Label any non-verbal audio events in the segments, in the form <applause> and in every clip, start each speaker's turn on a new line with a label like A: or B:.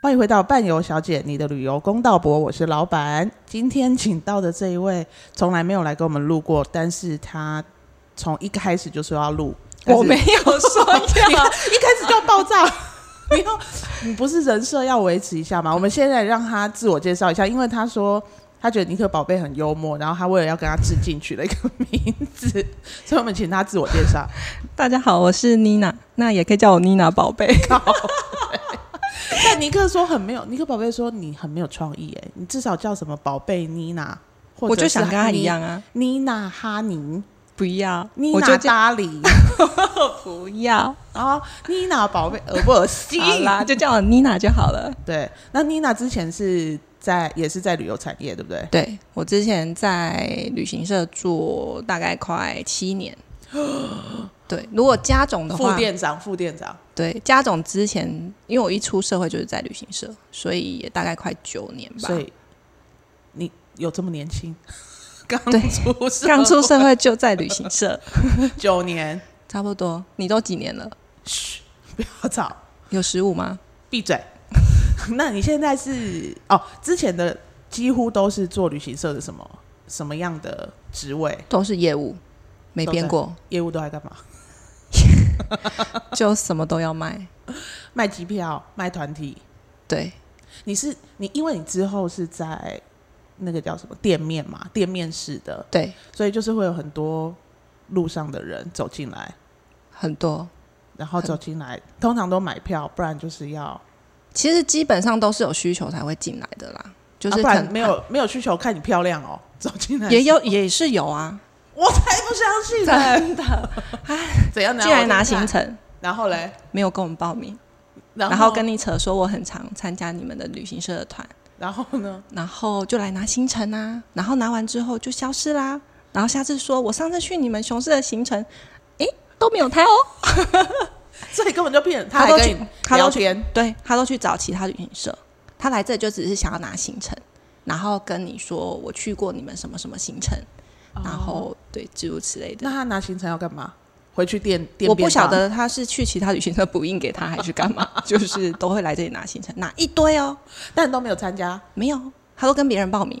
A: 欢迎回到伴游小姐，你的旅游公道博，我是老板。今天请到的这一位，从来没有来跟我们录过，但是他从一开始就说要录，但是哦
B: 我没有说
A: 你
B: 要
A: 看，一开始就爆炸。 <laughs> 你要，你不是人设要维持一下吗？我们现在让他自我介绍一下，因为他说他觉得尼克宝贝很幽默，然后他为了要跟他致敬取了一个名字，所以我们请他自我介绍。
B: <laughs> 大家好，我是妮娜，那也可以叫我妮娜宝贝。
A: 但尼克说很没有，尼克宝贝说你很没有创意，哎，你至少叫什么宝贝妮娜，或者
B: <laughs> 我就是想跟她一样啊，
A: 妮，妮娜哈宁，
B: 不要，
A: 妮
B: 我
A: 娜
B: 就叫
A: 达里，
B: 不要，
A: 然后妮娜宝贝呃恶不恶心？
B: 好啦，就叫我妮娜就好了。
A: 对，那妮娜之前是在也是在旅游产业，对不对？
B: 对我之前在旅行社做大概快七年， <gasps> 对，如果加总的
A: 副
B: 话，
A: 店长，副店长，
B: 对加总之前，因为我一出社会就是在旅行社，所以也大概快九年吧
A: 所。以你有这么年
B: <laughs>
A: 轻？刚
B: 对
A: 出社
B: 刚出社会就在旅行 <laughs> 社，
A: 九年，
B: 差不多。你都几年了？
A: 嘘，不要吵，
B: 有十五吗？
A: 闭嘴。 <laughs> 那你现在是哦，之前的几乎都是做旅行社的什么什么样的职位？
B: 都是业务，没
A: 都
B: 变
A: 在
B: 过。
A: 业务都在干嘛？
B: 就什么都要卖。
A: 卖机票，卖团体。
B: 对，
A: 你是你，因为你之后是在那个叫什么店面嘛，店面式的，
B: 对，
A: 所以就是会有很多路上的人走进来，
B: 很多。
A: 然后走进来，通常都买票，不然就是要
B: 其实基本上都是有需求才会进来的啦，就是
A: 啊、不
B: 可
A: 然
B: 能
A: 没有没有需求，看你漂亮哦，走进来
B: 也，有也是有
A: <laughs>
B: 啊，
A: 我才不相信
B: <laughs>
A: 呢！
B: 真的
A: 怎样呢？
B: 进来拿
A: 我听
B: 行
A: 看，
B: 程，
A: 然后嘞，
B: 没有跟我们报名，
A: 然
B: 然
A: 后
B: 后跟你扯说我很常参加你们的旅行社的团，
A: 然后呢？ <laughs>
B: 然后就来拿行程啊，然后拿完之后就消失啦，然后下次说我上次去你们雄狮的行程，诶，都没有他哦，
A: 所以根本就骗人，他
B: 他
A: 还
B: 都
A: 跟
B: 去
A: 你
B: 他
A: 聊
B: 都去
A: 天，
B: 对他都去找其他旅行社，他来这就只是想要拿行程，然后跟你说我去过你们什么什么行程，然
A: 哦
B: 后对诸如此类
A: 那
B: 的。
A: 他拿行程要干嘛？回去店店
B: 我不
A: 便当
B: 晓得他是去其他旅行社补印给他，还是干
A: <laughs>
B: 嘛，就是都会来这里拿行程，拿一堆哦，
A: 但都没有参加。
B: 没有，他都跟别人报名，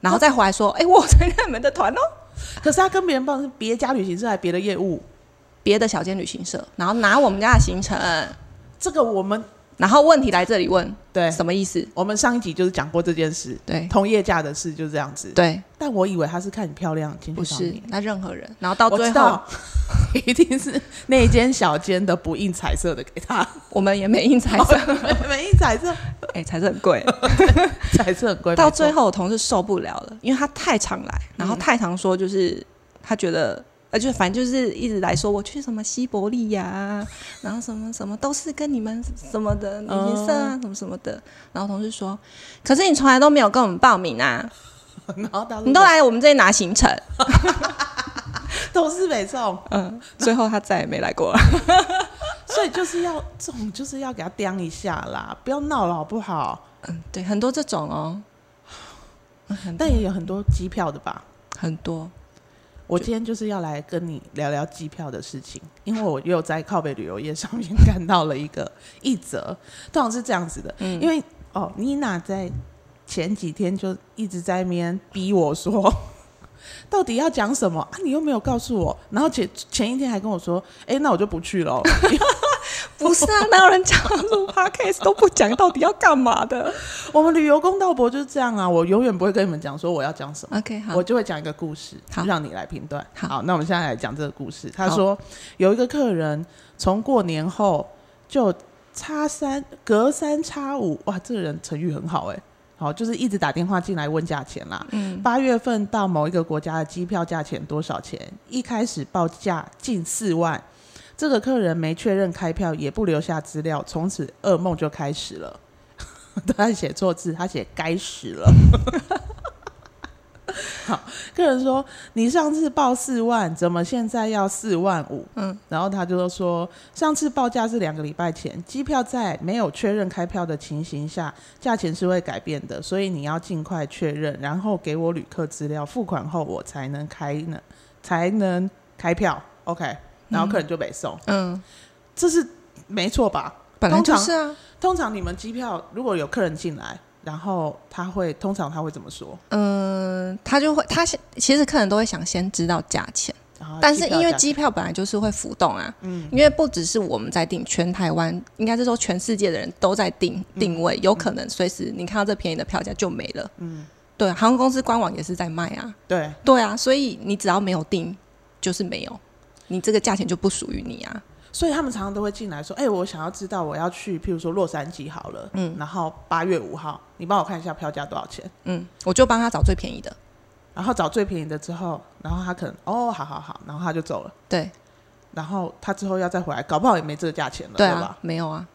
B: 然后再回来
A: <laughs>
B: 说，哎、我有参加你们的团哦，
A: 可是他跟别人报是别家旅行社还是别的业务，
B: 别的小间旅行社，然后拿我们家的行程，
A: 这个我们
B: 然后问题来这里问，
A: 对，
B: 什么意思？
A: 我们上一集就是讲过这件事，
B: 对
A: 同业价的事就是这样子。
B: 对，
A: 但我以为他是看你漂亮进去
B: 不
A: 找
B: 是
A: 你，
B: 那任何人，然后到
A: 我
B: 最
A: 知
B: 后
A: 道 <laughs> 一定是那一间小间的不印彩色的给他，
B: 我们也没印彩
A: <laughs>
B: <laughs> 色，
A: 没没印彩色，
B: 哎、彩色很贵。
A: 彩色很贵。<laughs>
B: 到
A: 没错嗯
B: 最后，我同事受不了了，因为他太常来，然后太常说，就是他觉得，呃，就是反正就是一直来说我去什么西伯利亚啊，然后什么什么都是跟你们什么的旅
A: 嗯
B: 行社啊，什么什么的。然后同事说，可是你从来都没有跟我们报名啊，
A: 然后到
B: 你都来我们这里拿行程，
A: 都是北宋，
B: 嗯，最后他再也没来过了。 <laughs>
A: 所以就是要这种就是要给他刁一下啦，不要闹了好不好？
B: 嗯，对，很多这种哦，嗯很
A: 但也有很多机票的吧。
B: 很多，
A: 我今天就是要来跟你聊聊机票的事情，因为我又在靠北旅游业上面看到了一个一则，通常是这样子的，因为哦，妮娜在前几天就一直在那边逼我说， <laughs> 到底要讲什么啊？你又没有告诉我，然后前前一天还跟我说，哎、那我就不去了。
B: 不是啊，哪有人讲录 <laughs> podcast 都不讲到底要干嘛的
A: 我们旅游公道博就是这样啊，我永远不会跟你们讲说我要讲什么。
B: ？OK，好
A: 我，就会讲一个故事，
B: 好
A: 让你来评断。
B: 好
A: 那我们现在来讲这个故事。他
B: 好
A: 说有一个客人从过年后就差三隔三差五，哇，这个人成语很好哎、好，就是一直打电话进来问价钱啦。
B: 嗯，
A: 八月份到某一个国家的机票价钱多少钱？一开始报价近四万，这个客人没确认开票，也不留下资料，从此噩梦就开始了。他写错字，他写该死了。好，客人说你上次报四万，怎么现在要四万五？
B: 嗯，
A: 然后他就说上次报价是两个礼拜前，机票在没有确认开票的情形下，价钱是会改变的，所以你要尽快确认，然后给我旅客资料，付款后我才能开呢，才能开票。OK，然后客人就北送，
B: 嗯，
A: 这是没错吧？
B: 本来就
A: 通常
B: 是啊，
A: 通通常你们机票如果有客人进来，然后他会通常他会怎么说？
B: 嗯，他就会他先其实客人都会想先知道价钱，
A: 然后
B: 但是
A: 哦机票
B: 因为
A: 价
B: 机票本来就是会浮动啊，
A: 嗯
B: 因为不只是我们在订，全台湾应该是说全世界的人都在定
A: 嗯
B: 定位，有可能随时你看到这便宜的票价就没了。
A: 嗯
B: 对，啊航空公司官网也是在卖啊，
A: 对
B: 对啊，所以你只要没有定，就是没有，你这个价钱就不属于你啊。
A: 所以他们常常都会进来说：“哎、我想要知道我要去，譬如说洛杉矶好了，
B: 嗯
A: 然后八月五号，你帮我看一下票价多少钱，
B: 嗯，我就帮他找最便宜的。
A: 然后找最便宜的之后，然后他可能哦，好好好，然后他就走了，
B: 对
A: 然后他之后要再回来，搞不好也没这个价钱了，
B: 对
A: 吧
B: 啊？，没有啊，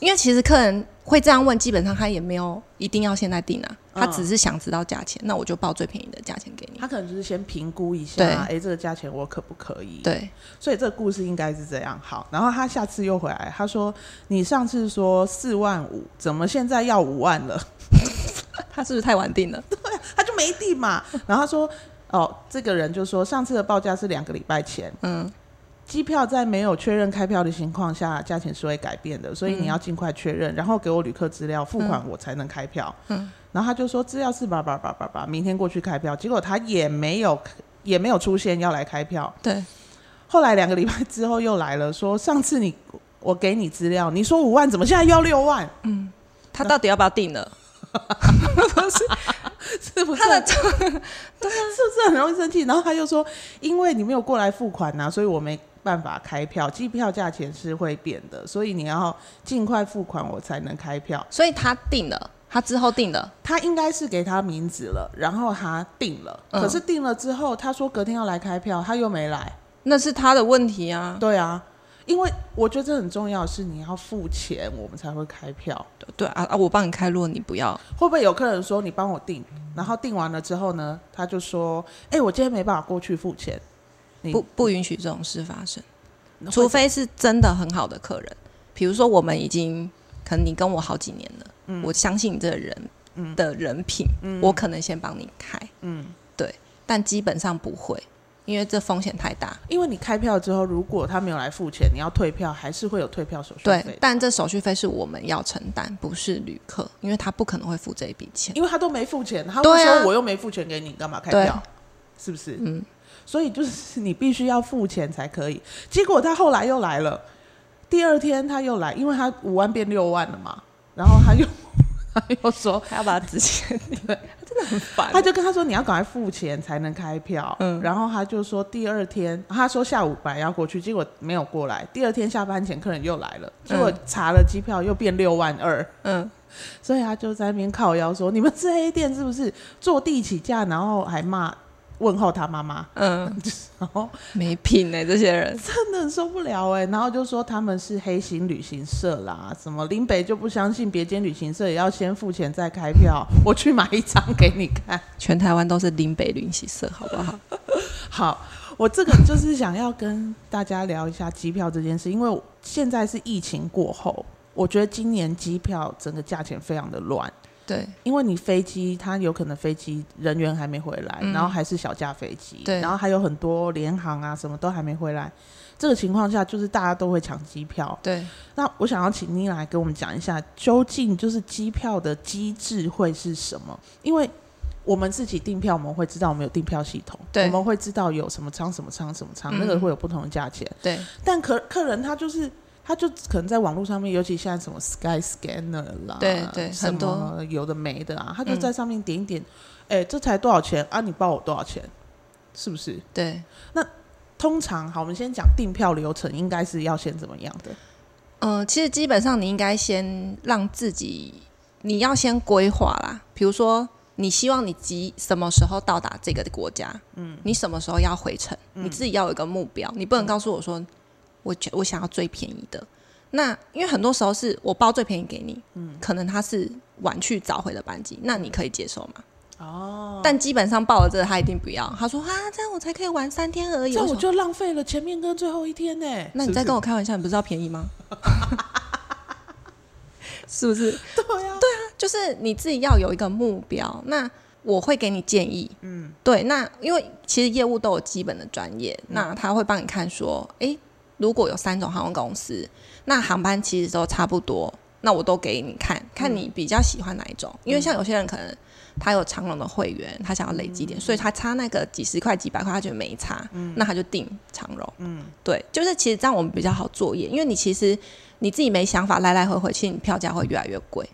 B: 因为其实客人会这样问，基本上他也没有一定要现在定啊，他
A: 嗯
B: 只是想知道价钱，那我就报最便宜的价钱给你。
A: 他可能就是先评估一下，
B: 对
A: 哎、这个价钱我可不可以？，
B: 对，
A: 所以这个故事应该是这样。好，然后他下次又回来，他说：“你上次说四万五，怎么现在要五万了？”
B: 他是不是太晚定了？
A: 他就没地嘛。然后他说，哦，这个人就说上次的报价是两个礼拜前，
B: 嗯，
A: 机票在没有确认开票的情况下，价钱是会改变的，所以你要尽快确认，然后给我旅客资料，付款我才能开票。
B: 嗯，
A: 然后他就说资料是叭叭叭叭叭，明天过去开票，结果他也没有也没有出现要来开票。
B: <laughs> 对，
A: 后来两个礼拜之后又来了，说上次你我给你资料，你说五万，怎么现在要六万？ <laughs>
B: 他到底要不要定 <laughs> 了？
A: 是不是
B: 他的
A: 是不是很容易生气？然后他又说，因为你没有过来付款呐、所以我没办法开票，机票价钱是会变的，所以你要尽快付款，我才能开票。
B: 所以他定了，他之后定了，
A: 他应该是给他名字了，然后他定了，
B: 嗯
A: 可是定了之后，他说隔天要来开票，他又没来。
B: 那是他的问题啊。
A: 对啊，因为我觉得这很重要，是你要付钱，我们才会开票。
B: 对啊啊，我帮你开路，你不要。
A: 会不会有客人说你帮我订，然后订完了之后呢，他就说，哎、我今天没办法过去付钱，你
B: 不不允许这种事发生，
A: 会
B: 除非是真的很好的客人，比如说我们已经可能你跟我好几年了，我相信你这个人、的人品，我可能先帮你开，
A: 嗯。
B: 但基本上不会，因为这风险太大。
A: 因为你开票之后，如果他没有来付钱，你要退票，还是会有退票手续
B: 对
A: 费，的，
B: 但这手续费是我们要承担，不是旅客，因为他不可能会付这一笔钱。
A: 因为他都没付钱，他会
B: 对啊
A: 说我又没付钱给你，干嘛开票？是不是？
B: 嗯，
A: 所以就是你必须要付钱才可以。结果他后来又来了，第二天他又来，因为他五万变六万了嘛，然后他又 <laughs> 他又说，
B: <laughs> 他要把它直接， <laughs> 真的很烦
A: 他就跟他说你要赶快付钱才能开票，
B: 嗯
A: 然后他就说第二天，他说下午本来要过去，结果没有过来，第二天下班前客人又来了，结果
B: 嗯
A: 查了机票又变六万二。
B: 嗯，
A: 所以他就在那边靠腰说：“你们是黑店是不是？坐地起价，然后还骂问候他妈妈，
B: 嗯，
A: 然后
B: 没品呢、欸这些 <laughs> 人。
A: 真的很受不了哎、然后就说他们是黑心旅行社啦，什么林北就不相信别间旅行社也要先付钱再开票，我去买一张给你看。
B: 全台湾都是林北旅行社，好不好？ <laughs>
A: 好，我这个就是想要跟大家聊一下机票这件事，因为现在是疫情过后，我觉得今年机票整个价钱非常的乱。”
B: 对
A: 因为你飞机，它有可能飞机人员还没回来，
B: 嗯
A: 然后还是小架飞机，
B: 对
A: 然后还有很多联航啊，什么都还没回来。这个情况下，就是大家都会抢机票。
B: 对，
A: 那我想要请妮来给我们讲一下，究竟就是机票的机制会是什么？因为我们自己订票，我们会知道我们有订票系统，
B: 对
A: 我们会知道有什么舱、什么舱、什么舱，那个
B: 嗯
A: 会有不同的价钱。
B: 对
A: 但客客人他就是。他就可能在网络上面，尤其现在什么 Sky Scanner 啦，
B: 对对
A: 什
B: 很多
A: 么有的没的啊，他就在上面点一点，哎、这才多少钱啊？你报我多少钱？是不是？
B: 对，
A: 通常好，我们先讲订票流程，应该是要先怎么样的？
B: 嗯、其实基本上你应该先让自己，你要先规划啦。比如说，你希望你几什么时候到达这个国家，嗯，你什么时候要回程，你自己要有一个目标，你不能告诉我说，我觉我想要最便宜的。那因为很多时候是我包最便宜给你，嗯，可能他是晚去早回的班机，那你可以接受吗？哦，但基本上报了这个他一定不要，他说啊，这样我才可以玩三天而已。
A: 这样
B: 我
A: 我
B: 想
A: 就浪费了前面跟最后一天呢、
B: 那你在跟我开玩笑，你不知道便宜吗？ <laughs> 是不是？
A: 是不是对啊，对，
B: 就是你自己要有一个目标。那我会给你建议，嗯，对。那因为其实业务都有基本的专业，那他会帮你看说，诶，如果有三种航空公司，那航班其实都差不多，那我都给你看看你比较喜欢哪一种，因为像有些人可能他有长隆的会员，他想要累积点，所以他差那个几十块、几百块，他觉得没差，那他就订长隆。嗯，对，就是其实这样我们比较好作业，因为你其实你自己没想法，来来回回，其实你票价会越来越贵。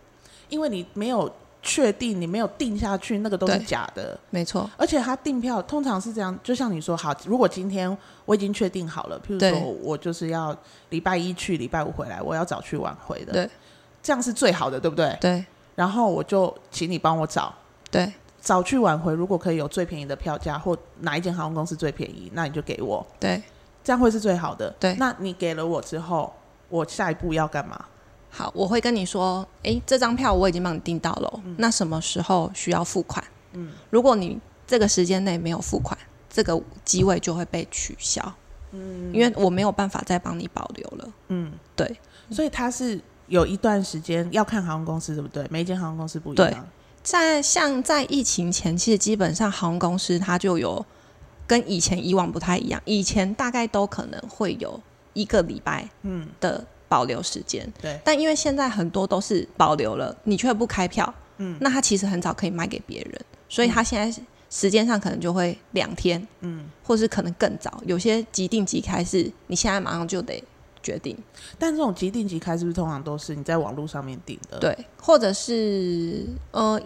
A: 因为你没有确定，你没有定下去，那个都是
B: 对
A: 假的。
B: 没错，
A: 而且他订票通常是这样，就像你说，好，如果今天我已经确定好了，譬如
B: 对
A: 说我就是要礼拜一去，礼拜五回来，我要早去晚回的，
B: 对，
A: 这样是最好的，对不对？
B: 对
A: 然后我就请你帮我找
B: 对
A: 早去晚回，如果可以有最便宜的票价或哪一间航空公司最便宜，那你就给我，
B: 对，
A: 这样会是最好的。
B: 对
A: 那你给了我之后，我下一步要干嘛？
B: 好，我会跟你说，诶，这张票我已经帮你订到了哦，那什么时候需要付款？嗯，如果你这个时间内没有付款，这个机位就会被取消。嗯，因为我没有办法再帮你保留了。
A: 嗯，
B: 对，
A: 所以他是有一段时间要看航空公司，对不对？每一间航空公司不一
B: 对
A: 样。
B: 在像在疫情前，其实基本上航空公司它就有跟以前以往不太一样，以前大概都可能会有一个礼拜
A: 嗯，
B: 的保留时间，
A: 对，
B: 但因为现在很多都是保留了，你却不开票，
A: 嗯
B: 那他其实很早可以卖给别人，所以他现在时间上可能就会两天，
A: 嗯。
B: 或是可能更早，有些即定即开是你现在马上就得决定，
A: 但这种即定即开是不是通常都是你在网络上面订的？，
B: 对，或者是呃，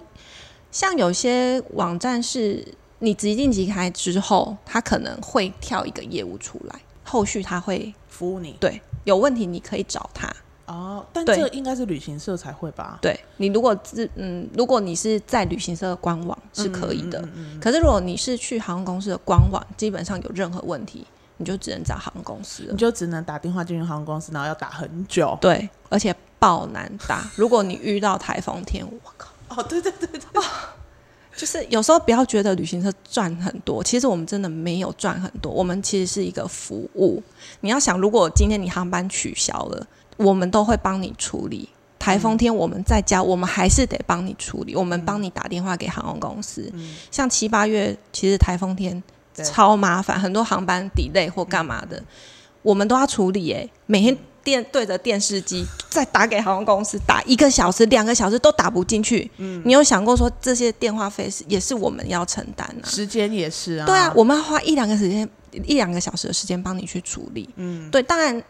B: 像有些网站是你即定即开之后，它可能会跳一个业务出来，后续他会
A: 服务你。
B: 对有问题你可以找他，
A: 哦，但
B: 对
A: 这应该是旅行社才会吧？
B: 对你如果自嗯，如果你是在旅行社的官网是可以的，
A: 嗯嗯嗯嗯
B: 可是如果你是去航空公司的官网，基本上有任何问题，你就只能找航空公司了
A: 你。就只能打电话进去航空公司，然后要打很久。
B: 对，而且爆难打。如果你遇到台风天，我靠，
A: 哦，对对对对，
B: 就是有时候不要觉得旅行社赚很多，其实我们真的没有赚很多，我们其实是一个服务。你要想，如果今天你航班取消了，我们都会帮你处理。台风天我们在家，我们还是得帮你处理，我们帮你打电话给航空公司。像七八月，其实台风天
A: 对
B: 超麻烦，很多航班 delay 或干嘛的，我们都要处理、哎，每天电对着电视机再打给航空公司，打一个小时、两个小时都打不进去。你有想过说这些电话费是也是我们要承担啊？
A: 时间也是啊。
B: 对啊，我们要花一两个时间一两个小时的时间帮你去处理。嗯，对，当然，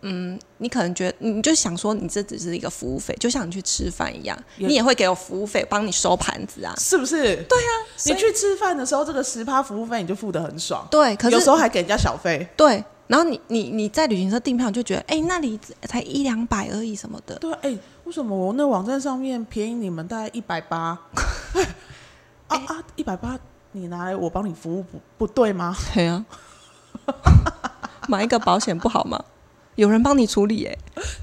B: 嗯，你可能觉得你就想说你这只是一个服务费，就像你去吃饭一样，
A: 也
B: 你也会给我服务费，帮你收盘子啊。
A: 是不是？对啊，
B: 所
A: 你
B: 以
A: 去吃饭的时候，这个十趴服务费你就付的很爽，
B: 对，可是
A: 有时候还给人家小费。
B: 对，然后你你你在旅行社订票，你就觉得哎、那里才一两百而已什么的。
A: 对啊，哎、为什么我那网站上面便宜你们大概一百八？ <laughs> 啊啊，一百八，你拿来我帮你服务不不对吗？ <laughs>
B: 对啊， <laughs> 买一个保险不好吗？有人帮你处理哎、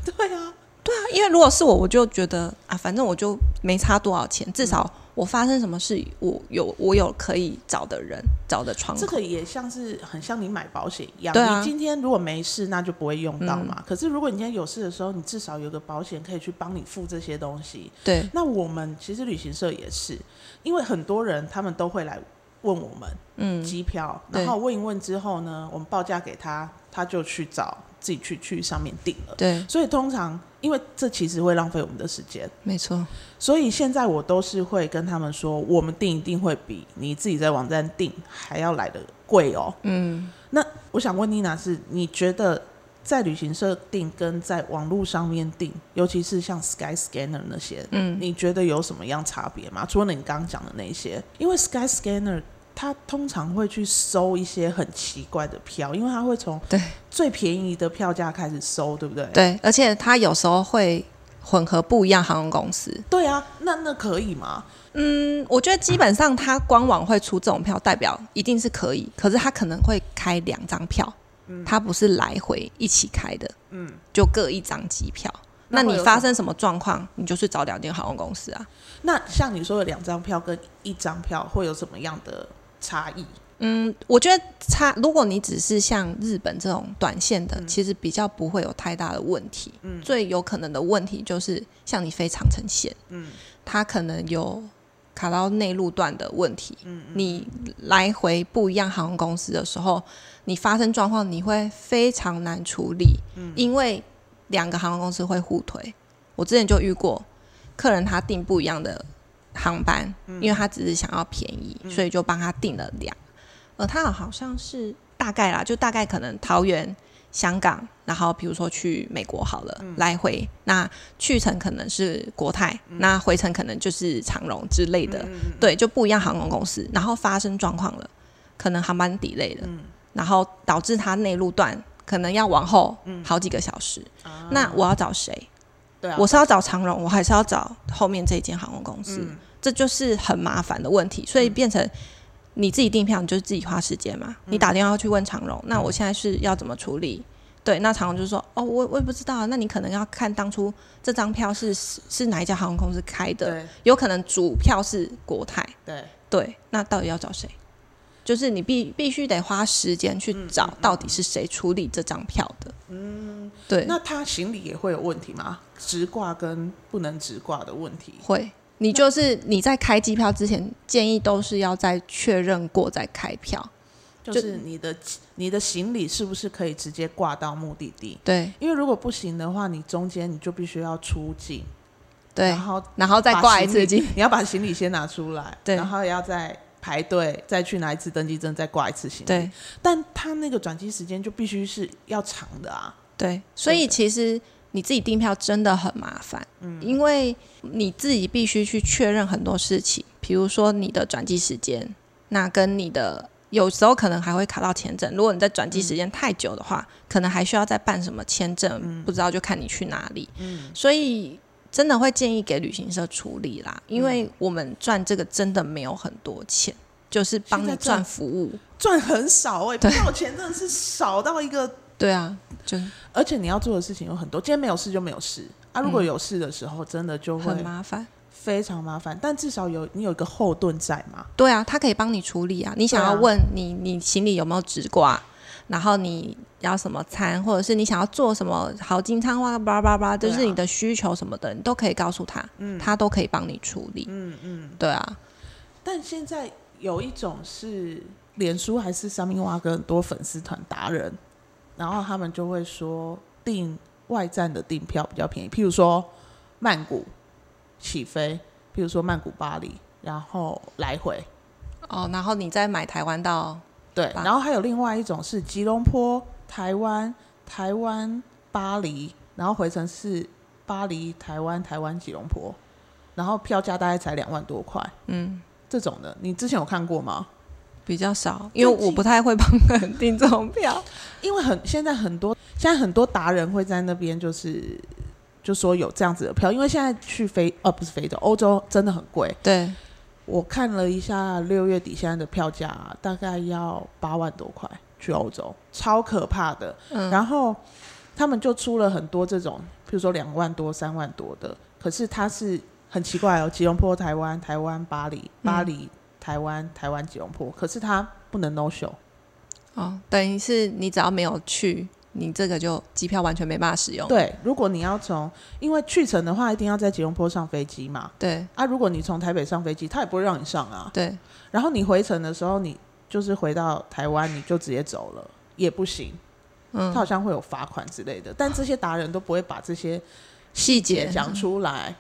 A: 对啊，
B: 对啊，因为如果是我，我就觉得啊，反正我就没差多少钱，至少我发生什么事，我有我有可以找的人，找的窗
A: 这
B: 口。
A: 个也像是很像你买保险一样，
B: 对啊嗯
A: 你今天如果没事，那就不会用到嘛。可是如果你今天有事的时候，你至少有个保险可以去帮你付这些东西。
B: 对
A: 那我们其实旅行社也是，因为很多人他们都会来问我们，嗯，机票，
B: 对
A: 然后问一问之后呢，我们报价给他，他就去找自己去去上面订了。
B: 对，
A: 所以通常，因为这其实会浪费我们的时间，
B: 没错，
A: 所以现在我都是会跟他们说，我们订一定会比你自己在网站订还要来的贵哦。
B: 嗯，
A: 那我想问妮娜是，你觉得在旅行社订跟在网络上面订，尤其是像 Sky Scanner 那些，
B: 嗯，
A: 你觉得有什么样差别吗？除了你刚刚讲的那些，因为 Sky Scanner 它通常会去搜一些很奇怪的票，因为它会从
B: 对
A: 最便宜的票价开始搜，对不对？
B: 对，而且他有时候会混合不一样航空公司。
A: 对啊，那那可以吗？
B: 嗯，我觉得基本上他官网会出这种票，代表一定是可以，可是他可能会开两张票，他不是来回一起开的，嗯，就各一张机票。
A: 那
B: 那
A: 会
B: 你
A: 有什
B: 发
A: 么
B: 生什么状况，你就去找两间航空公司啊。
A: 那像你说的两张票跟一张票会有什么样的差异？
B: 嗯，我觉得差，如果你只是像日本这种短线的，其实比较不会有太大的问题。嗯，最有可能的问题就是像你飞长城线，嗯，它可能有卡到内陆段的问题。嗯你来回不一样航空公司的时候，你发生状嗯况，你会非常难处理，因为两个航空公司会互推。我之前就遇过，客人他订不一样的航班，因为他只是想要便宜，所以就帮他订了两。呃，他好像是大概啦，就大概可能桃园、香港，然后比如说去美国好了，来回那去程可能是国泰，那回程可能就是长荣之类的，对，就不一样航空公司。然后发生状况了，可能航班 delay 了，然后导致他内陆段可能要往后好几个小时。那我要找谁？
A: 对啊，
B: 我是要找长荣，我还是要找后面这间航空公司？
A: 嗯
B: 这就是很麻烦的问题，所以变成你自己订票，你就是自己花时间嘛。
A: 嗯
B: 你打电话去问长荣，那我现在是要怎么处理？对，那长荣就说：“哦，我我也不知道啊，那你可能要看当初这张票是是是哪一家航空公司开的，
A: 对
B: 有可能主票是国泰，
A: 对，
B: 对，那到底要找谁？就是你必必须得花时间去
A: 嗯
B: 找到底是谁处理这张票的。嗯，对，
A: 那他行李也会有问题吗？直挂跟不能直挂的问题，
B: 会，你
A: 嗯
B: 就是你在开机票之前，建议都是要再确认过再开票。
A: 就是你的你的行李是不是可以直接挂到目的地？
B: 对
A: 因为如果不行的话，你中间你就必须要出境，
B: 对
A: 然，后
B: 然后再
A: 把
B: 挂一
A: 行
B: 次
A: 李
B: 机。
A: 你要把行李先拿出来，
B: 对
A: 然后也要再排队，再去拿一次登机证，再挂一次行李。，
B: 对
A: 但他那个转机时间就必须是要长的啊。
B: 对，所以其实你自己订票真的很麻烦，嗯，因为你自己必须去确认很多事情，比如说你的转机时间，那跟你的。有时候可能还会卡到签证，如果你在转机
A: 嗯
B: 时间太久的话，可能还需要再办什么签证，不知道就看你去哪里。
A: 嗯，
B: 所以真的会建议给旅行社处理啦，因
A: 嗯
B: 为我们赚这个真的没有很多钱，就是帮
A: 现
B: 你
A: 在赚
B: 赚服务。
A: 赚很少哎、
B: 对
A: 票钱真的是少到一个，
B: 对啊，就
A: 而且你要做的事情有很多。今天没有事就没有事啊，如果有事的时候，真的就
B: 很
A: 会
B: 麻烦。
A: 非常麻烦。但至少有你有一个后盾在嘛。
B: 对啊，他可以帮你处理啊。你想要
A: 对啊
B: 问你，你行李有没有直挂？然后你要什么餐，或者是你想要做什么豪金餐哇叭叭叭，就
A: 对啊嗯
B: 是你的需求什么的，你都可以告诉他，他都可以帮你处理。嗯嗯，对啊，
A: 但现在有一种是脸书还是三明蛙跟很多粉丝团达人，然后他们就会说订外站的订票比较便宜，譬如说曼谷起飞，譬如说曼谷巴黎，然后来回。
B: 哦，然后你再买台湾到
A: 对，
B: 吧
A: 然后还有另外一种是吉隆坡、台湾、台湾、巴黎，然后回程是巴黎、台湾、台湾、吉隆坡，然后票价大概才两万多块。嗯，这种的你之前有看过吗？
B: 比较少，因为我不太会帮人订这
A: <laughs>
B: 种票。
A: 因为很现在很多现在很多达人会在那边就是就说有这样子的票，因为现在去非呃不是非洲，欧洲真的很贵。
B: 对，
A: 我看了一下六月底现在的票价，大概要八万多块去欧洲，超可怕的。
B: 嗯
A: 然后他们就出了很多这种，譬如说两万多、三万多的，可是它是很奇怪哦，吉隆坡、台湾、台湾、巴黎、巴黎、台湾、台湾、吉隆坡，可是它不能 no show。
B: 哦，等于是你只要没有去，你这个就机票完全没办法使用。
A: 对，如果你要从，因为去程的话，一定要在吉隆坡上飞机嘛。
B: 对
A: 啊，如果你从台北上飞机，他也不会让你上啊。
B: 对
A: 然后你回程的时候，你就是回到台湾，你就直接走了也不行，他
B: 嗯，
A: 好像会有罚款之类的。但这些达人都不会把这些
B: 细
A: 解
B: 节
A: 讲出来，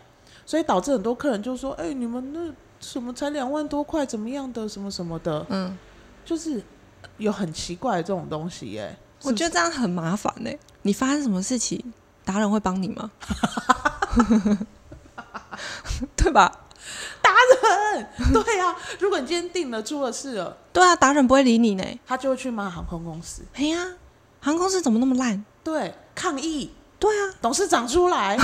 A: 所以导致很多客人就说：“哎、你们那什么才两万多块，怎么样的，什么什么的，
B: 嗯，
A: 就是有很奇怪的这种东西、耶。”
B: 我觉得这样很麻烦呢、你发生什么事情，达人会帮你吗？ <laughs> 对吧？
A: <laughs> 对啊，如果你今天订了出了事了，
B: 对啊，达人不会理你呢、
A: 他就会去骂航空公司。
B: 哎呀，航空公司怎么那么烂？
A: 对，抗议，
B: 对啊，
A: 董事长出来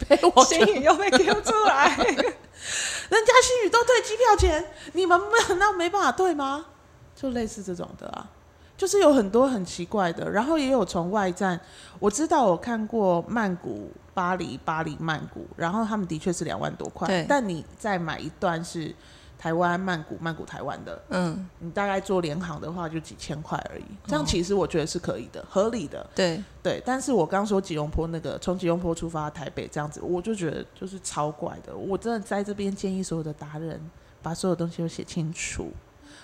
A: 陪我去，
B: 语 <laughs> 又被 Q 出来。
A: 人家新宇都退机票钱，你们没那没办法退吗？就类似这种的啊，就是有很多很奇怪的，然后也有从外站，我知道我看过曼谷、巴黎、巴黎、曼谷，然后他们的确是两万多块
B: 对，
A: 但你再买一段是台湾曼谷、曼谷台湾的，
B: 嗯，
A: 你大概做联航的话就几千块而已，这样
B: 哦
A: 其实我觉得是可以的，合理的。
B: 对
A: 对，但是我刚说吉隆坡那个，从吉隆坡出发台北这样子，我就觉得就是超怪的。我真的在这边建议所有的达人把所有东西都写清楚。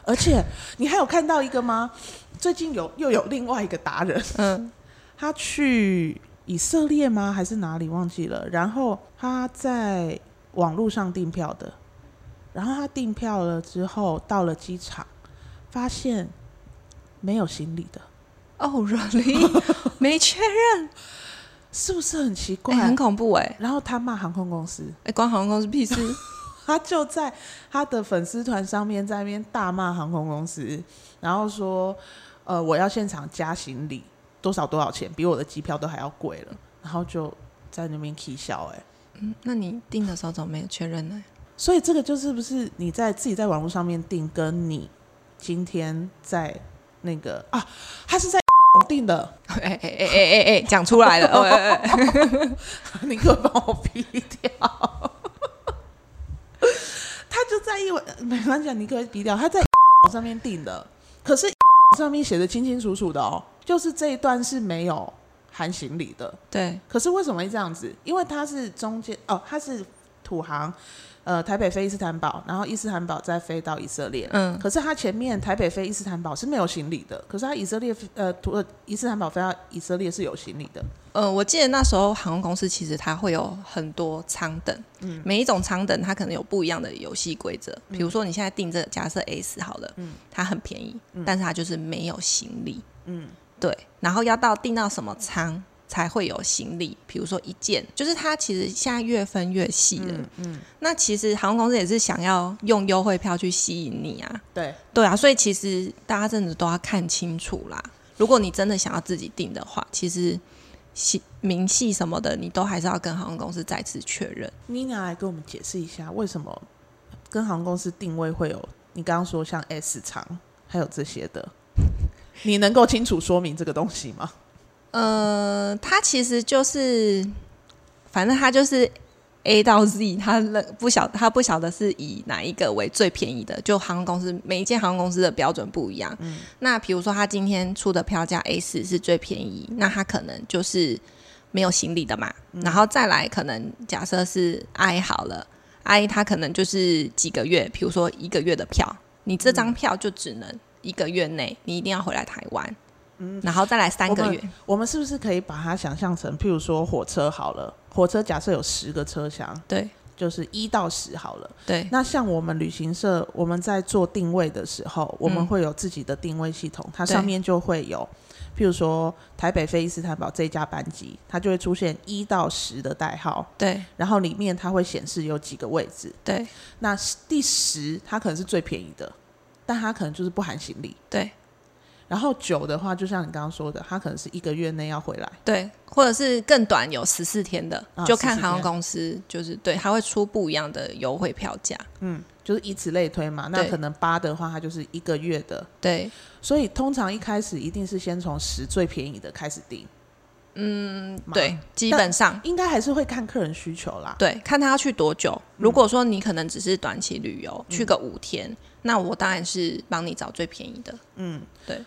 A: 而且你还有看到一个吗？最近有又有另外一个达人，
B: 嗯，
A: 他去以色列吗？还是哪里忘记了？然后他在网络上订票的，然后他订票了之后到了机场，发现没有行李的，
B: 哦、r e a l l y 没确认，
A: 是不是很奇怪？
B: 哎、很恐怖哎、
A: 然后他骂航空公司，
B: 哎、关航空公司屁事， <laughs>
A: 他就在他的粉丝团上面在那边大骂航空公司，然后说，呃，我要现场加行李多少多少钱，比我的机票都还要贵了，然后就在那边气笑哎、
B: 嗯那你订的时候怎么没有确认呢？ <laughs>
A: 所以这个就是不是你在自己在网络上面订，跟你今天在那个啊，他是在订的，
B: 哎哎哎哎哎哎，讲出来 <laughs> 了，哦哎哎哎，
A: 哦 <laughs> 你给我帮我逼掉。他就在一文，没关系啊，你可以逼掉。他在 <laughs> 上面订的，可是 <laughs> 上面写的清清楚楚的哦，就是这一段是没有含行李的。
B: 对，
A: 可是为什么会这样子？因为它是中间哦，它是土航，呃，台北飞伊斯坦堡，然后伊斯坦堡再飞到以色列。
B: 嗯
A: 可是它前面台北飞伊斯坦堡是没有行李的，可是它以色列飞呃土呃伊斯坦堡飞到以色列是有行李的。
B: 呃，我记得那时候航空公司其实它会有很多舱等，
A: 嗯
B: 每一种舱等它可能有不一样的游戏规则。比如说你现在订这个假设 S 好了，它很便宜，但是它就是没有行李，
A: 嗯
B: 对，然后要到订到什么舱才会有行李，比如说一件，就是它其实现在越分越细了。
A: 嗯嗯，
B: 那其实航空公司也是想要用优惠票去吸引你啊，
A: 对，
B: 对啊，所以其实大家真的都要看清楚啦。如果你真的想要自己订的话，其实系明细什么的，你都还是要跟航空公司再次确认。
A: 妮娜来跟我们解释一下为什么跟航空公司定位会有你刚刚说像 S 长还有这些的，你能够清楚说明这个东西吗？
B: 呃，它其实就是，反正它就是 A 到 Z，它认不晓它不晓得是以哪一个为最便宜的，就航空公司每一间航空公司的标准不一样。
A: 嗯
B: 那比如说它今天出的票价 A 四是最便宜，那它可能就是没有行李的嘛，
A: 嗯
B: 然后再来可能假设是 I 好了，I 它可能就是几个月，比如说一个月的票，你这
A: 嗯
B: 张票就只能一个月内，你一定要回来台湾。然后再来三
A: 嗯我
B: 个
A: 们
B: 月，
A: 我们是不是可以把它想象成，譬如说火车好了，火车假设有十个车厢，
B: 对
A: 就是一到十好了。
B: 对，
A: 那像我们旅行社，我们在做定位的时候，我们会有自己的定位系统，它上面就会有，譬如说台北飞伊斯坦堡这一架班机，它就会出现一到十的代号，
B: 对
A: 然后里面它会显示有几个位置。
B: 对
A: 那第十它可能是最便宜的，但它可能就是不含行李。
B: 对
A: 然后九的话，就像你刚刚说的，它可能是一个月内要回来。
B: 对，或者是更短有十四天的，
A: 啊
B: 就看
A: 14
B: 航空
A: 天
B: 公司，就是对，它会出不一样的优惠票价。
A: 嗯，就是以此类推嘛。那
B: 对
A: 可能八的话，它就是一个月的，
B: 对，
A: 所以通常一开始一定是先从十最便宜的开始定，
B: 嗯，
A: 嘛
B: 对，基
A: 但
B: 本上
A: 应该还是会看客人需求啦。
B: 对，看他要去多久。
A: 嗯
B: 如果说你可能只是短期旅游，去个五天，那我当然是帮你找最便宜的。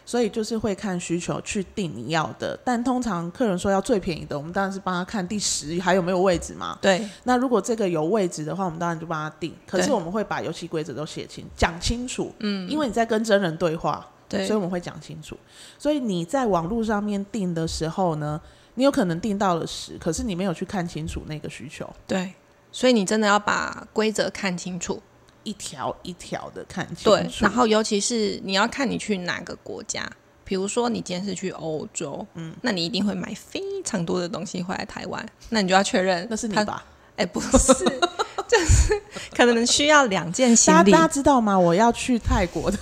A: 所以就是会看需求去定你要的。但通常客人说要最便宜的，我们当然是帮他看第十还有没有位置嘛。
B: 对
A: 那如果这个有位置的话，我们当然就帮他定。可是
B: 对
A: 我们会把游戏规则都写清、讲清楚。嗯，因为你在跟真人对话，
B: 对
A: 所以我们会讲清楚。所以你在网络上面订的时候呢，你有可能订到了十，可是你没有去看清楚那个需求，
B: 对，所以你真的要把规则看清楚。
A: 一条一条的看清楚。
B: 对，然后尤其是你要看你去哪个国家，比如说你今天是去欧洲，嗯，那你一定会买非常多的东西回来台湾，那你就要确认
A: 那是你
B: 它？
A: 吧？
B: 哎、不是，就是可能需要两件行
A: 大家
B: 李
A: 大。家知道吗？我要去泰国的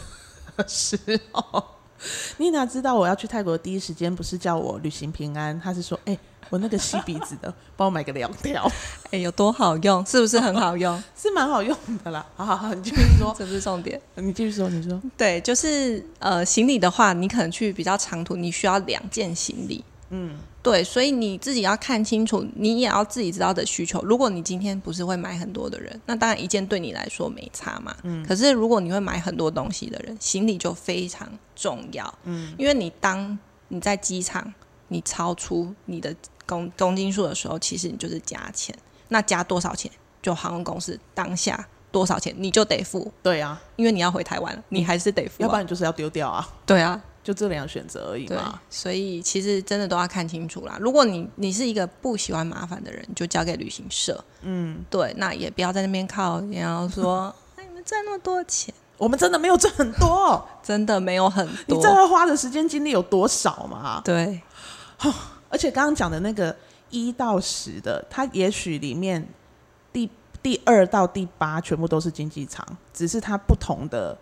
A: 时候， <laughs> 妮娜知道我要去泰国的第一时间不是叫我旅行平安，她是说：“哎、我那个吸鼻子的，帮我买个两条，
B: 哎、有多好用？是不是很好用？
A: 是蛮好用的啦。” <laughs> 好好好，你继续说，
B: <laughs> 这不是重点。
A: <laughs> 你继续说，你说，
B: 对，就是呃，行李的话，你可能去比较长途，你需要两件行李。嗯，对，所以你自己要看清楚，你也要自己知道的需求。如果你今天不是会买很多的人，那当然一件对你来说没差嘛。嗯，可是如果你会买很多东西的人，行李就非常重要。嗯，因为你当你在机场你超出你的公公斤数的时候，其实你就是加钱。那加多少钱？就航空公司当下多少钱你就得付，
A: 对啊，
B: 因为你要回台湾了，你还是得付、啊，
A: 要不然你就是要丢掉啊，
B: 对啊，
A: 就这两个选择而已
B: 对
A: 嘛。，
B: 所以其实真的都要看清楚啦。如果你你是一个不喜欢麻烦的人，就交给旅行社。嗯，对，那也不要在那边靠，然后 <laughs> 说哎，你们赚那么多钱，
A: 我们真的没有赚很 <laughs> 多，
B: 真的没有很
A: 你知道
B: 多。
A: 要花的时间精力有多少吗？
B: 对，
A: 而且刚刚讲的那个一到十的，它也许里面第第二到第八全部都是竞技场，只是它不同的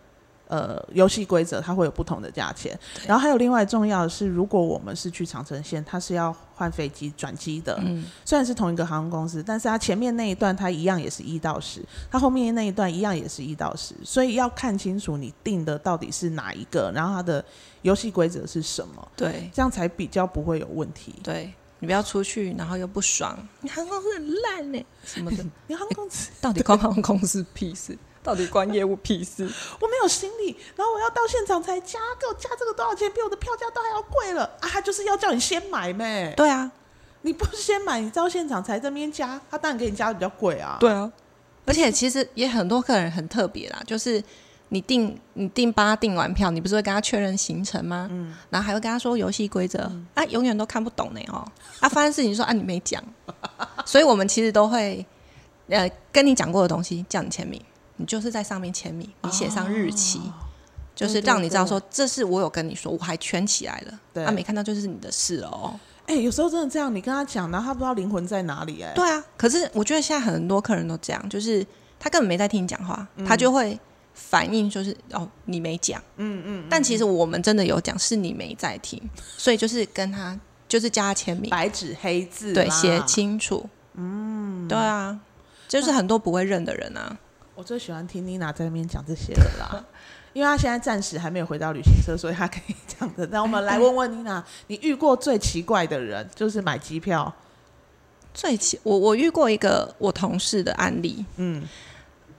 A: 呃游戏规则，它会有不同的价钱。然后还有另外重要的是，如果我们是去长城线，它是要换飞机转机的，
B: 嗯，
A: 虽然是同一个航空公司，但是它前面那一段它一样也是一到十，它后面那一段一样也是一到十，所以要看清楚你定的到底是哪一个，然后它的游戏规则是什么，
B: 对
A: 这样才比较不会有问题。
B: 对，你不要出去，然后又不爽，你航空公司很烂呢、什 <laughs> 么的，
A: 你航空公司， <laughs>
B: 到底关航空公司屁事？到底关业务屁事？
A: 我没有行李，然后我要到现场才加，给我加这个多少钱？比我的票价都还要贵了啊！他就是要叫你先买咩？
B: 对啊，
A: 你不先买，你到现场才这边加，他当然给你加的比较贵啊。，
B: 对啊，而且其实也很多客人很特别啦，就是你订你订八订完票，你不是会跟他确认行程吗？嗯，然后还会跟他说游戏规则、
A: 嗯
B: 啊，永远都看不懂呢哦。啊，发生事情说啊你没讲， <laughs> 所以我们其实都会呃跟你讲过的东西叫你签名，你就是在上面签名，你写上日期。就是
A: 哦对对
B: 让你知道
A: 对
B: 说，这是我有跟你说，我还圈起来了。
A: 对
B: 啊，没看到就是你的事了哦。
A: 哎、有时候真的这样，你跟他讲，然后他不知道灵魂在哪里、哎，
B: 对啊，可是我觉得现在很多客人都这样，就是他根本没在听你讲话，他就会反应就是哦你没讲，
A: 嗯嗯，
B: 但其实我们真的有讲，是你没在听，所以就是跟他就是叫他签名，
A: 白纸啊黑字，
B: 对，写。清楚，嗯，对啊，就是很多不会认的人啊，
A: 我最喜欢听妮娜在那边讲这些了
B: <laughs>
A: 啦。因为她现在暂时还没有回到旅行社，所以她可以讲的。那我们来问问妮娜，你遇过最奇怪的人，就是买机票，
B: 最奇我我遇过一个我同事的案例，
A: 嗯，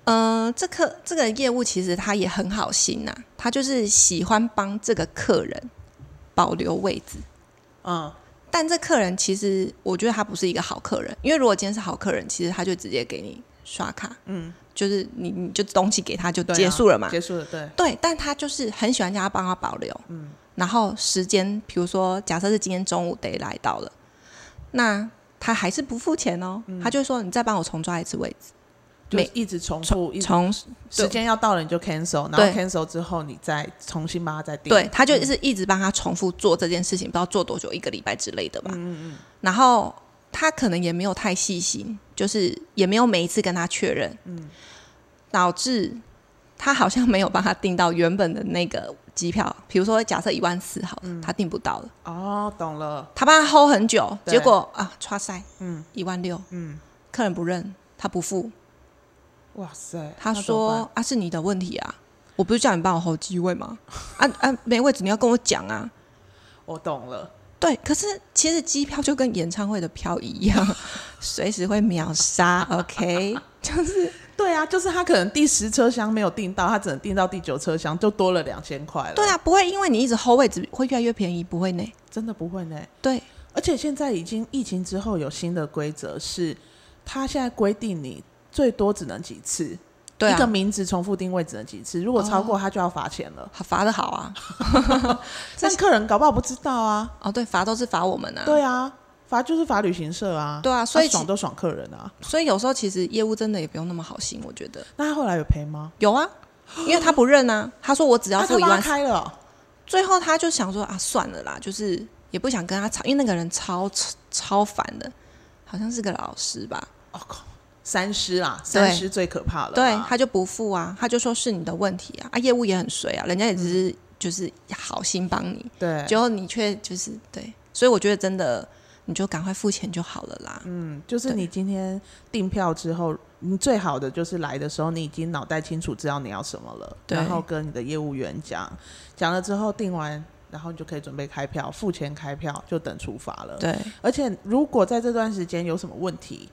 B: 呃，这客这个业务其实他也很好心呐、他就是喜欢帮这个客人保留位置。
A: 嗯，
B: 但这客人其实，我觉得他不是一个好客人，因为如果今天是好客人，其实他就直接给你刷卡，
A: 嗯，
B: 就是你你就东西给他就
A: 对啊
B: 结束了嘛。
A: 结束了，对，
B: 对，但他就是很喜欢叫他帮他保留，嗯，然后时间，比如说假设是今天中午得来到了，那他还是不付钱哦，
A: 嗯
B: 他就会说你再帮我重抓一次位置，
A: 就
B: 每
A: 一直重复，一直
B: 重
A: 时间要到了你就 cancel，然后
B: 对
A: cancel 之后你再重新把它再定。嗯
B: 对，他就是一直帮他重复做这件事情，不知道做多久，一个礼拜之类的吧。
A: 嗯
B: 然后他可能也没有太细心，就是也没有每一次跟他确认，
A: 嗯
B: 导致他好像没有帮他订到原本的那个机票，比如说假设一万四好了，
A: 嗯
B: 他订不到了，
A: 哦，懂了，
B: 他帮他 hold 很久，
A: 对
B: 结果啊，刷塞，
A: 嗯
B: 一万六，
A: 嗯，
B: 客人不认，他不付，
A: 哇塞，
B: 他
A: 那怎么办
B: 说啊，是你的问题啊。我不是叫你帮我 hold 机位吗？啊啊，没位置，你要跟我讲啊！
A: 我懂了，
B: 对，可是其实机票就跟演唱会的票一样，随时会秒杀。OK，就是
A: 对啊，就是他可能第十车厢没有订到，他只能订到第九车厢，就多了两千块了。
B: 对，啊，不会因为你一直 hold 位置会越来越便宜，不会呢。
A: 真的不会呢。
B: 对
A: 而且现在已经疫情之后有新的规则是，他现在规定你最多只能几次，
B: 对
A: 一个
B: 啊，哦
A: 名字重复定位只能几次，如果超过他就要罚钱了。
B: 好罚的好啊。
A: 但客人搞不好不知道啊，
B: 哦，对，罚都是罚我们啊。
A: 对啊，罚就是罚旅行社啊，
B: 对啊所以
A: 他爽
B: 其
A: 都爽客人啊。
B: 所以有时候其实业务真的也不用那么好心，我觉得
A: 那他后来有赔吗？
B: 有啊，因为他不认啊，他说我只要
A: 啊他
B: 付一
A: 帮他
B: 万，
A: 开了哦、
B: 最后他就想说啊，算了啦，就是也不想跟他吵，因为那个人超超超烦的，好像是个老师吧。
A: 哦靠，三师啦，
B: 对
A: 三师最可怕了啦。
B: 对，他就不付啊，他就说是你的问题啊，啊，业务也很衰啊，人家也只是、就是好心帮你，
A: 嗯对，
B: 结果你却就是对，所以我觉得真的你就赶快付钱就好了啦。
A: 嗯，就是
B: 对
A: 你今天订票之后，你最好的就是来的时候，你已经脑袋清楚知道你要什么了，
B: 对
A: 然后跟你的业务员讲，讲了之后订完，然后你就可以准备开票，付钱开票就等处罚了。
B: 对
A: 而且如果在这段时间有什么问题，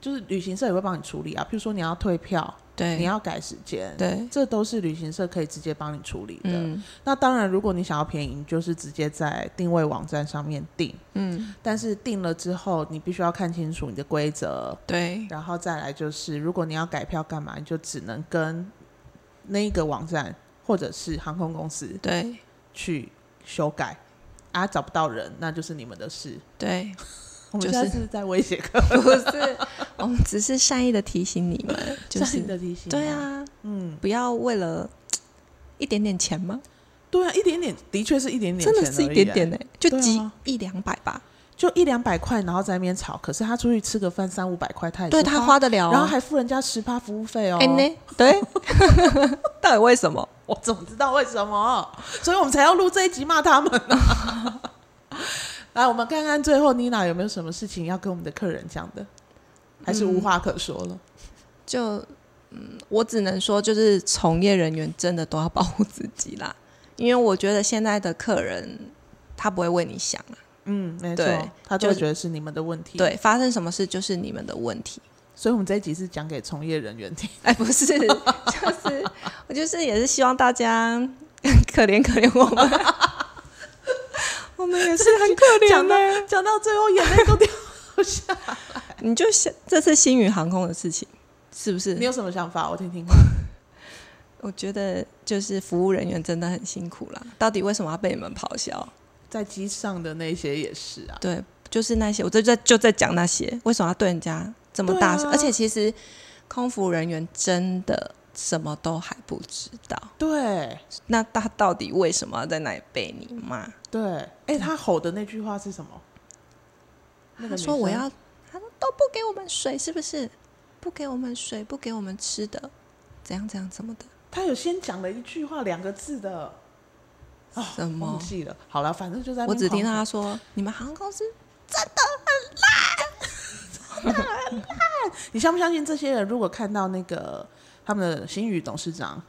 A: 就是旅行社也会帮你处理啊，譬如说你要退票，你
B: 对
A: 要改时间，
B: 对，
A: 这都是旅行社可以直接帮你处理的。
B: 嗯
A: 那当然，如果你想要便宜，你就是直接在定位网站上面定。
B: 嗯，
A: 但是定了之后，你必须要看清楚你的规则，
B: 对
A: 然后再来就是，如果你要改票干嘛，你就只能跟那一个网站或者是航空公司
B: 对
A: 去修改啊，找不到人，那就是你们的事。 <laughs>
B: 对，
A: 我们
B: 就
A: 现在
B: 是
A: 是在威胁客，
B: 不是，我们只是善意的提醒你们， <laughs>
A: <laughs>
B: 就
A: 善意
B: 是
A: 的提醒。
B: 对，啊，
A: 嗯，
B: 不要为了一点点钱吗？
A: 对啊，一点点，的确是一点点钱
B: 真
A: 而已，
B: 的是一点点呢、就
A: 对啊
B: 几一两百吧，
A: 就一两百块，然后在那边吵。可是他出去吃个饭三五百块，他也
B: 对
A: 是
B: 他花得了、哦，
A: 然后还付人家十趴服务费哦。
B: 哎 <laughs> 呢，对，到底为什么？
A: 我怎么知道为什么？所以我们才要录这一集骂他们 <laughs> 呢、来，我们看看最后妮娜有没有什么事情要跟我们的客人讲的，还是无话可说了？
B: 就嗯，我只能说，就是从业人员真的都要保护自己啦， <laughs> 因为我觉得现在的客人他不会为你想啊，
A: 嗯，没错
B: 对，
A: 他就会
B: 就
A: 觉得是你们的问题。，
B: 对，发生什么事就是你们的问题， <laughs>
A: 所以我们这一集是讲给从业人员听。
B: 哎，不 <laughs> 是，就是我就是也是希望大家 <laughs> 可怜可怜我们， <laughs> 我们也是很可怜啊
A: 讲到
B: 的，
A: <laughs> 讲到最后，眼泪都掉下。
B: 你就想这次星宇航空的事情是不
A: <laughs> 你
B: 是？
A: 有什么想法？我听听看。
B: 我觉得就是服务人员真的很辛苦啦，到底为什么要被你们咆哮？
A: 在机上的那些也是啊，
B: 对，就是那些，我就在就在讲那些，为什么要对人家这么大声？
A: 对啊
B: 而且其实空服人员真的什么都还不知道，
A: 对
B: 那他到底为什么要在那里被你骂？
A: 对。哎、他吼的那句话是什么？那个
B: 他
A: 女
B: 说我
A: 生
B: 要，他说都不给我们水，是不是？不给我们水，不给我们吃的，怎样怎样怎么的？
A: 他有先讲了一句话，两个字的，哦，
B: 什么
A: 忘记了？好了，反正就在那
B: 我
A: 边
B: 只听到
A: 狂吼
B: 他说，你们航空公司
A: 你相不相信这些人如果看到那个他们的新宇董事长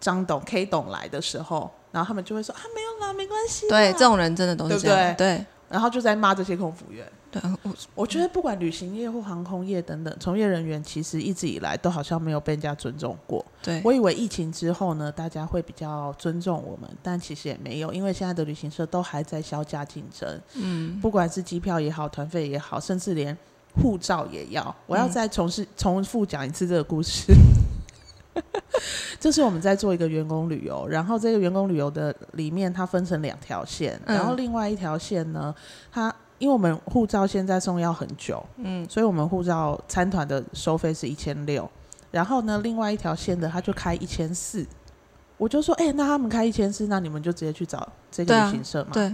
A: 张董 K 董来的时候，然后他们就会说啊没有啦，没关系啦，
B: 对这种人真的都是这样，对
A: 然后就在骂这些空服员。
B: 对对，我
A: 我觉得
B: 嗯
A: 不管旅行业或航空业等等从业人员，其实一直以来都好像没有被人家尊重过。
B: 对
A: 我以为疫情之后呢，大家会比较尊重我们，但其实也没有，因为现在的旅行社都还在削价竞争。嗯，不管是机票也好，团费也好，甚至连护照也要。我
B: 嗯
A: 要再重试、重复讲一次这个故事。 <laughs> 就是我们在做一个员工旅游，然后这个员工旅游的里面，它分成两条线，
B: 嗯
A: 然后另外一条线呢，它因为我们护照现在送要很久，
B: 嗯
A: 所以我们护照参团的收费是一千六，然后呢，另外一条线的他就开一千四，我就说，哎、那他们开一千四，那你们就直接去找这
B: 对
A: 个
B: 啊
A: 旅行社嘛。
B: 对，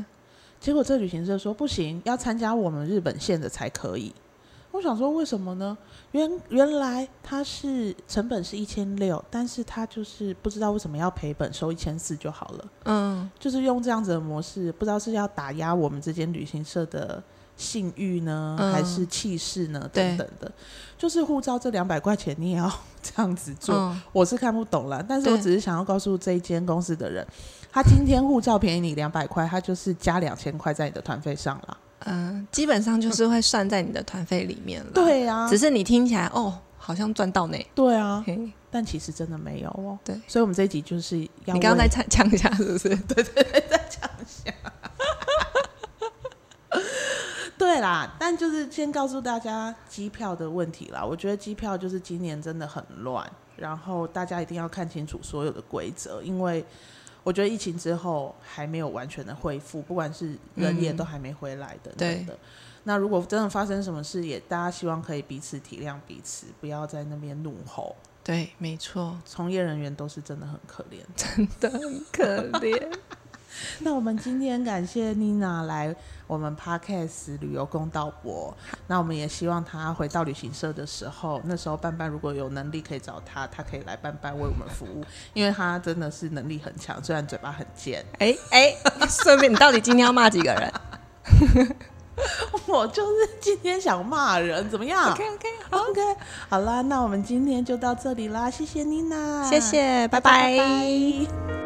A: 结果这旅行社说不行，要参加我们日本线的才可以。我想说为什么呢？原原来它是成本是一千六，但是他就是不知道为什么要赔本收一千四就好了。
B: 嗯
A: 就是用这样子的模式，不知道是要打压我们这间旅行社的信誉呢，
B: 嗯
A: 还是气势呢
B: 对
A: 等等的。就是护照这两百块钱，你也要 <laughs> 这样子做，
B: 嗯
A: 我是看不懂啦。但是
B: 对
A: 我只是想要告诉这一间公司的人，他今天护照便宜你两百块，他就是加两千块在你的团费上啦。
B: 嗯，基本上就是会算在你的团费里面了。
A: 对啊
B: 只，是你听起来哦，好像赚到呢。
A: 对啊，
B: 嘿
A: 但其实真的没有哦。
B: 对
A: 所以我们这一集就是要
B: 你刚刚
A: 为
B: 在呛呛一下是不是？对，
A: 对啦，但就是先告诉大家机票的问题啦。我觉得机票就是今年真的很乱，然后大家一定要看清楚所有的规则，因为我觉得疫情之后还没有完全的恢复，不管是人也
B: 嗯
A: 都还没回来等
B: 对
A: 等的。那如果真的发生什么事也，大家希望可以彼此体谅彼此，不要在那边怒吼。
B: <laughs> 对，没错，
A: 从业人员都是真的很可怜。
B: 真的很可怜。
A: <laughs> 那我们今天感谢妮娜来我们 Podcast 旅游公道博，那我们也希望她回到旅行社的时候，那时候伴伴如果有能力可以找她，她可以来伴伴为我们服务，因为她真的是能力很强，虽然嘴巴很贱，
B: <laughs> 哎哎，顺便你到底今天要骂几个 <laughs> 人
A: <laughs> 我就是今天想骂人，怎么样
B: OK，
A: OK，好啦，那我们今天就到这里啦，谢谢妮娜，
B: 啊谢，谢，
A: 拜
B: 拜拜
A: 拜